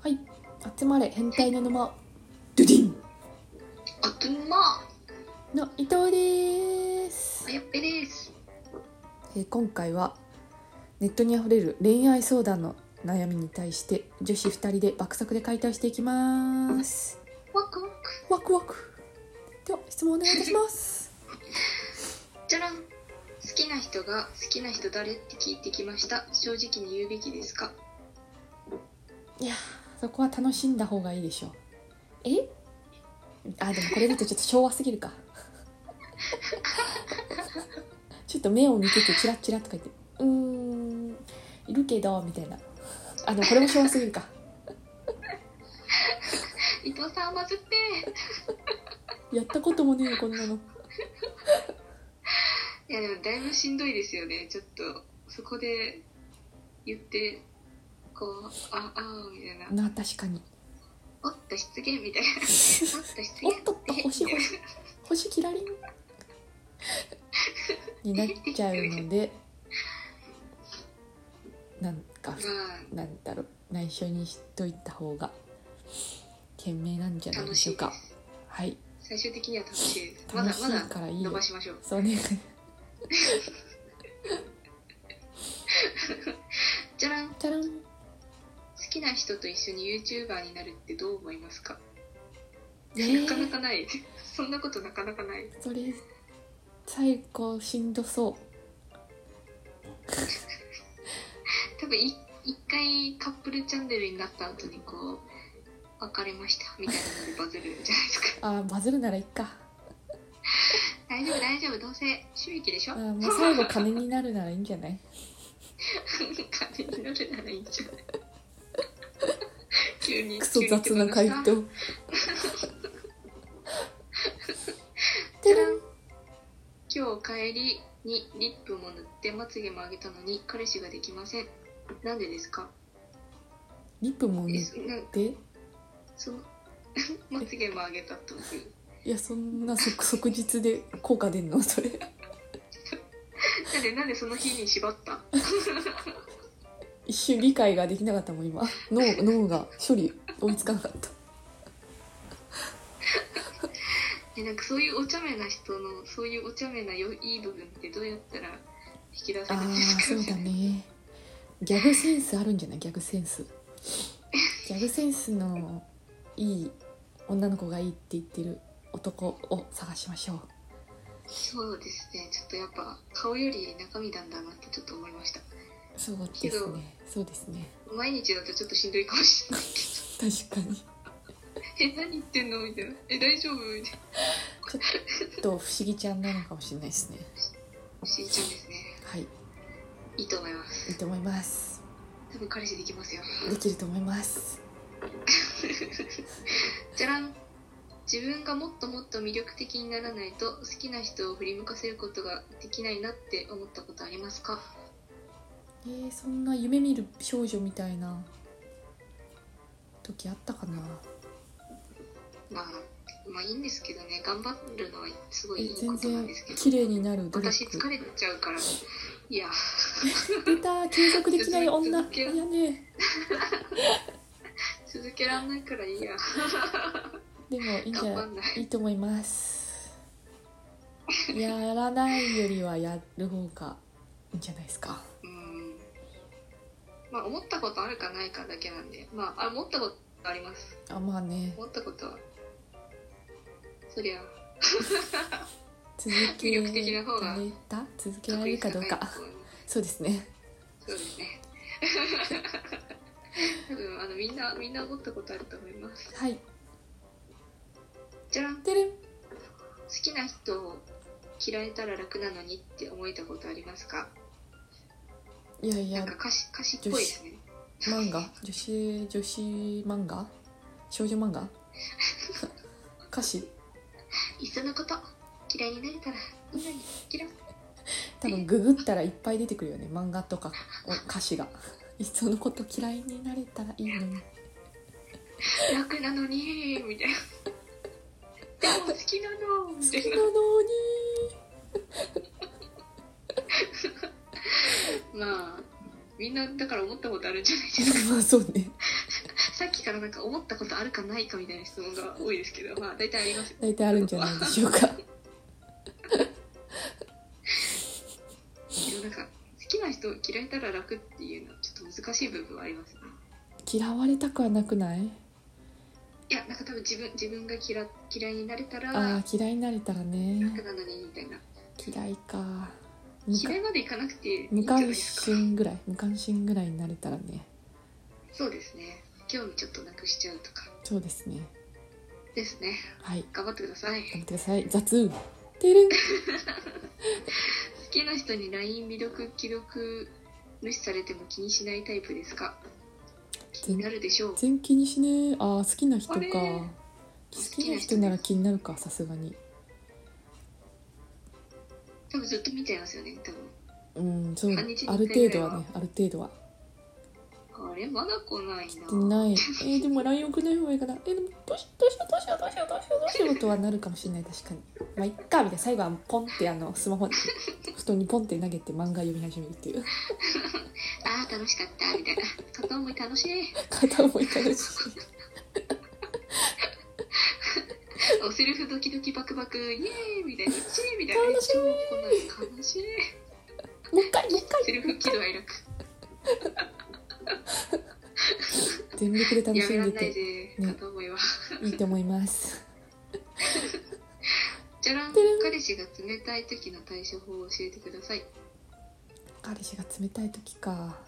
はい集まれ変態の沼ドゥディンあくまの伊藤ですあやっぺですえー今回はネットにあふれる恋愛相談の悩みに対して女子2人で爆速で解体していきますワクワクワクワクでは質問お願いいたしますじゃらん好きな人が好きな人誰って聞いてきました正直に言うべきですかいやーそこは楽しんだ方がいいでしょうえあでもこれだとちょっと昭和すぎるか ちょっと目を見ててチラッチラッとか言ってうーんいるけどみたいなあでもこれも昭和すぎるか伊藤さんまずってやったこともねえよこんなのいやでもだいぶしんどいですよねちょっとそこで言ってこうああーみたいなな確かにおっと失言みたいなおっと失おっ言とっと星星星キラリンになっちゃうのでなんかまなんだろう内緒にしといた方が賢明なんじゃあないで楽ししょいうでかすはい最終的には楽しいですまだ楽しまいだからいい伸よばしましょうそうね じゃらん好じゃらんきな人と一緒に YouTuber になるってどう思いますかえなかなーかない そんなことなかなかないそれ最後しんどそう多分い一回カップルチャンネルになった後にこう別れましたみたいなのでバズるんじゃないですか あーバズるならいっか大丈夫大丈夫どうせ収益でしょあなんーもう最 後金になるならいいんじゃないか金になるならいいんじゃない急にクソ雑な回急に手放した答てるん今日帰りにリップも塗ってまつげも上げたのに彼氏ができませんなんでですか、リップも塗えっそなてその まつげも上げたといういやそんな即即日で効果出んのそれなんでなんでその日に縛った一瞬理解ができなかったもん今 脳脳が処理追いつかなかったえなんかそういうお茶目な人のそういうお茶目なよいい部分ってどうやったら引き出せあるんでーすそかうだねギャグセンスあるんじゃないギャグセンスギャグセンスのいい女の子がいいって言ってる男を探しましょうそうですねちょっとやっぱ顔より中身なんだなってちょっと思いましたそうですねそうですね毎日だとちょっとしんどいかもしれない 確かにちけどえ何言ってんのみたいなえ大丈夫みたいなょっと不思議ちゃんなのかもしれないですねしんちゃんですねはいいいいと思いますいと思います多分彼氏できますよできると思いますじゃらん自分がもっともっと魅力的にならないと好きな人を振り向かせることができないなって思ったことありますかえー、そんな夢見る少女みたいな時あったかなまあ、まあいいんですけどね頑張るのはすごいえいいこ全とな然んですけど綺麗になる努力私疲れちゃうからいや出た継続できない女いやね続けらんないからいいやでもいいんじゃ頑張なんないいいと思いますやらないよりはやる方がいいんじゃないですかうんまあ思ったことあるかないかだけなんでまああ思ったことありますあまあね思ったことはそりゃ続け魅力的な方がられ た続けら得れ意るかどうか高い方にそうですねそうですね 多分あのみんなみんな思ったことあると思いますはいじゃらんてるん好きな人を嫌えたら楽なのにって思えたことありますかいやいなんやか歌詞歌詞っぽいですね漫画女子女子漫画少女 漫画歌詞いっそのこと嫌いになれたらみんなに嫌い多分ググったらいっぱい出てくるよね漫画とかお歌 詞がいっそのこと嫌いになれたらいいのに楽なのにみたいなでも好きなのみ好たいきななのにまあみんなだから思ったことあるんじゃないです かまあそうねさっききからなんか思ったことあるかないかみたいな質問が多いですけど、まあ大体ありますよ。大体あるんじゃないでしょうかでもなんか好きな人を嫌いたら楽っていうのはちょっと難しい部分はありますね。嫌われたくはなくないいやなんか多分自分自分が嫌嫌いになれたらああ楽嫌いになれたらねなのにみたいな。嫌いか無嫌いまでいかなくていいん無じゃない関ですか。心ぐらい無関心ぐらいになれたらねそうですね。興味ちょっとなくしちゃうとかそうですねですね。はい頑張ってください。頑張ってください雑て るん好きな人に LINE 未読既読無視されても気にしないタイプですか気になるでしょう全然気にしねえあー好きな人かあれ好きな人なら気になるかさすがに多分ずっと見てますよね多うんそう半日にある程度はねある程度は分あれまだ来ないなで ないえーでも LINE 送んない方がいいかなえーでもどうしどうしようどうしようどうしようどうしようどうしようとはなるかもしれない確かにまあいっかみたいな最後はポンってあのスマホに布団にポンって投げて漫画読み始めるっていうあー楽しかったみたいな片思い楽しい片思い楽し いおセルフドキドキバクバクイエーイみたいなイエーイみたいな楽しい超来ない悲しいもう一回もう一回セルフ喜怒哀楽全力で楽やしめらんでんなていぜね片思いはいいと思いますじゃらんてれん彼氏が冷たい時の対処法を教えてください彼氏が冷たい時か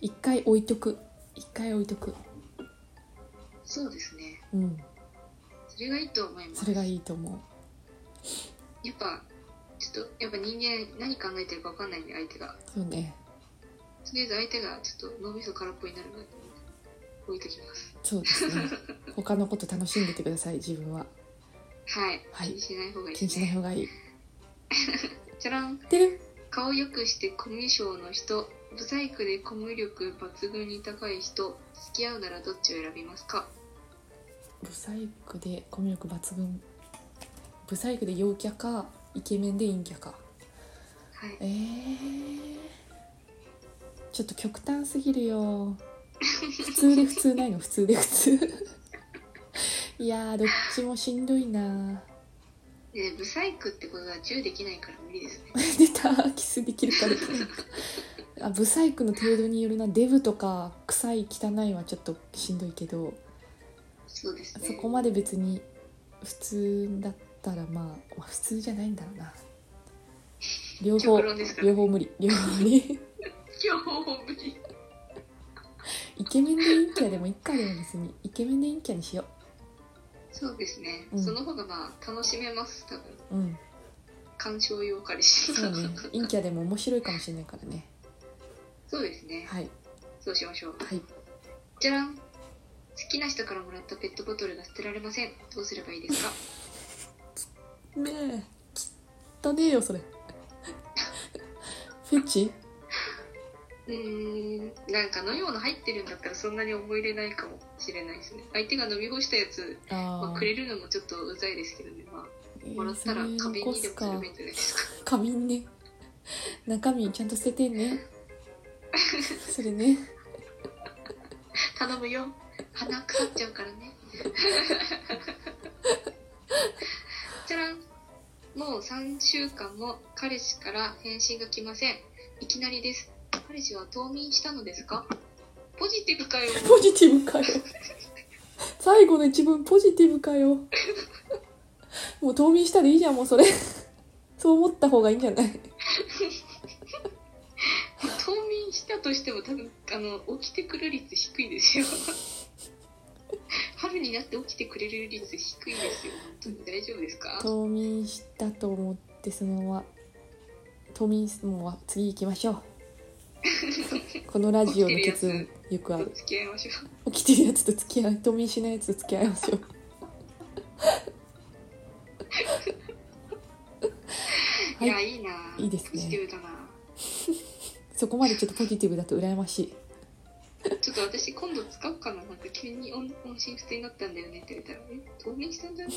一回置いとく一回置いとくそうですねうんそれがいいと思いますそれがいいと思うやっぱちょっとやっぱ人間何考えてるか分かんないんで相手がそうねとりあえず相手がちょっと脳みそ空っぽになるまで置いときますそうです ね他のこと楽しんでてください自分ははい、はい気にしない方がいい気でにすしないね方がいいじゃらんてる顔良くしてコミュ障の人不細工でコミュ力抜群に高い人付き合うならどっちを選びますかブサイクでコミュ力抜群ブサイクで陽キャかイケメンで陰キャかはいえー、ちょっと極端すぎるよ普通 で普通ないの普通で普通 いやーどっちもしんどいなで不細工ってことは銃できないから無理ですね出たキスできるかできないかあブサイクの程度によるなデブとか臭い汚いはちょっとしんどいけどそうですねそこまで別に普通だったらまあ、まあ、普通じゃないんだろうな両方極論ですから両方無理両方無理 今日無理イケメンで陰キャでもいっかでも別にイケメンで陰キャにしよそうですね、うんその方がまあ楽しめます多分ううん鑑賞用彼氏そう ね陰キャでも面白いかもしれないからねそうですねはいそうしましょうはいじゃらん好きな人からもらったペットボトルが捨てられませんどうすればいいで すかねえ汚ねえよそれ フェチうーんなんか飲み物入ってるんだったらそんなに思い入れないかもしれないですね相手が飲み干したやつ、まああ、あくれるのもちょっとうざいですけどねまあえーもらったらそれ花瓶残にですもすれかばいいんじゃないですか花瓶ね中身ちゃんと捨てて ねそれね頼むよ鼻かかっちゃうからね じゃらんもう3週間も彼氏から返信が来ませんいきなりです彼氏は冬眠したのですかポジティ ブかよポジティブかよ最後の一文ポジティブかよもう冬眠したらいいじゃんもうそれ そう思った方がいいんじゃない冬眠したとしても多分あの起きてくる率低いですよ春になって起きてくれる率低いですよ本当に大丈夫ですか 冬眠したと思ってそのまま冬眠もう次行きましょうこのラジオの結論よくある付き合いましょう起きてるやつと付き合い冬眠しないやつと付き合いましょうはいいやいいないいですねポジティブだなそこまでちょっとポジティブだと羨ましいちょっと私今度使おうかななんか急に音音信不通になったんだよねって言ったら「え冬眠したんじゃない? 」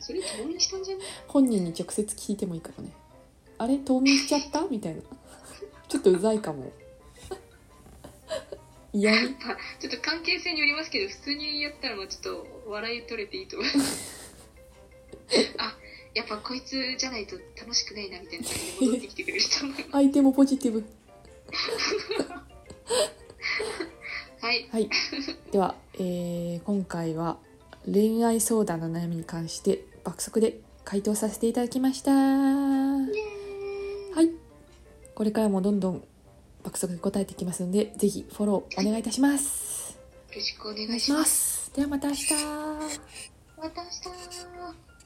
それ冬眠したんじ ゃない本人に直接聞いてもいいかもねあれ 冬眠しちゃったみたいなちょっとうざいかも嫌味まあちょっと関係性によりますけど普通にやったらまあちょっと笑い取れていい と思いますあやっぱこいつじゃないと楽しくないなみたいな感じで戻ってきてくれると思いま相手もポジティブすはいはい では、えー今回は恋愛相談の悩みに関して爆速で回答させていただきましたはいこれからもどんどん爆速で答えていきますのでぜひフォローお願いいたしますよろしくお願お願いいししまますすではまた明日また明日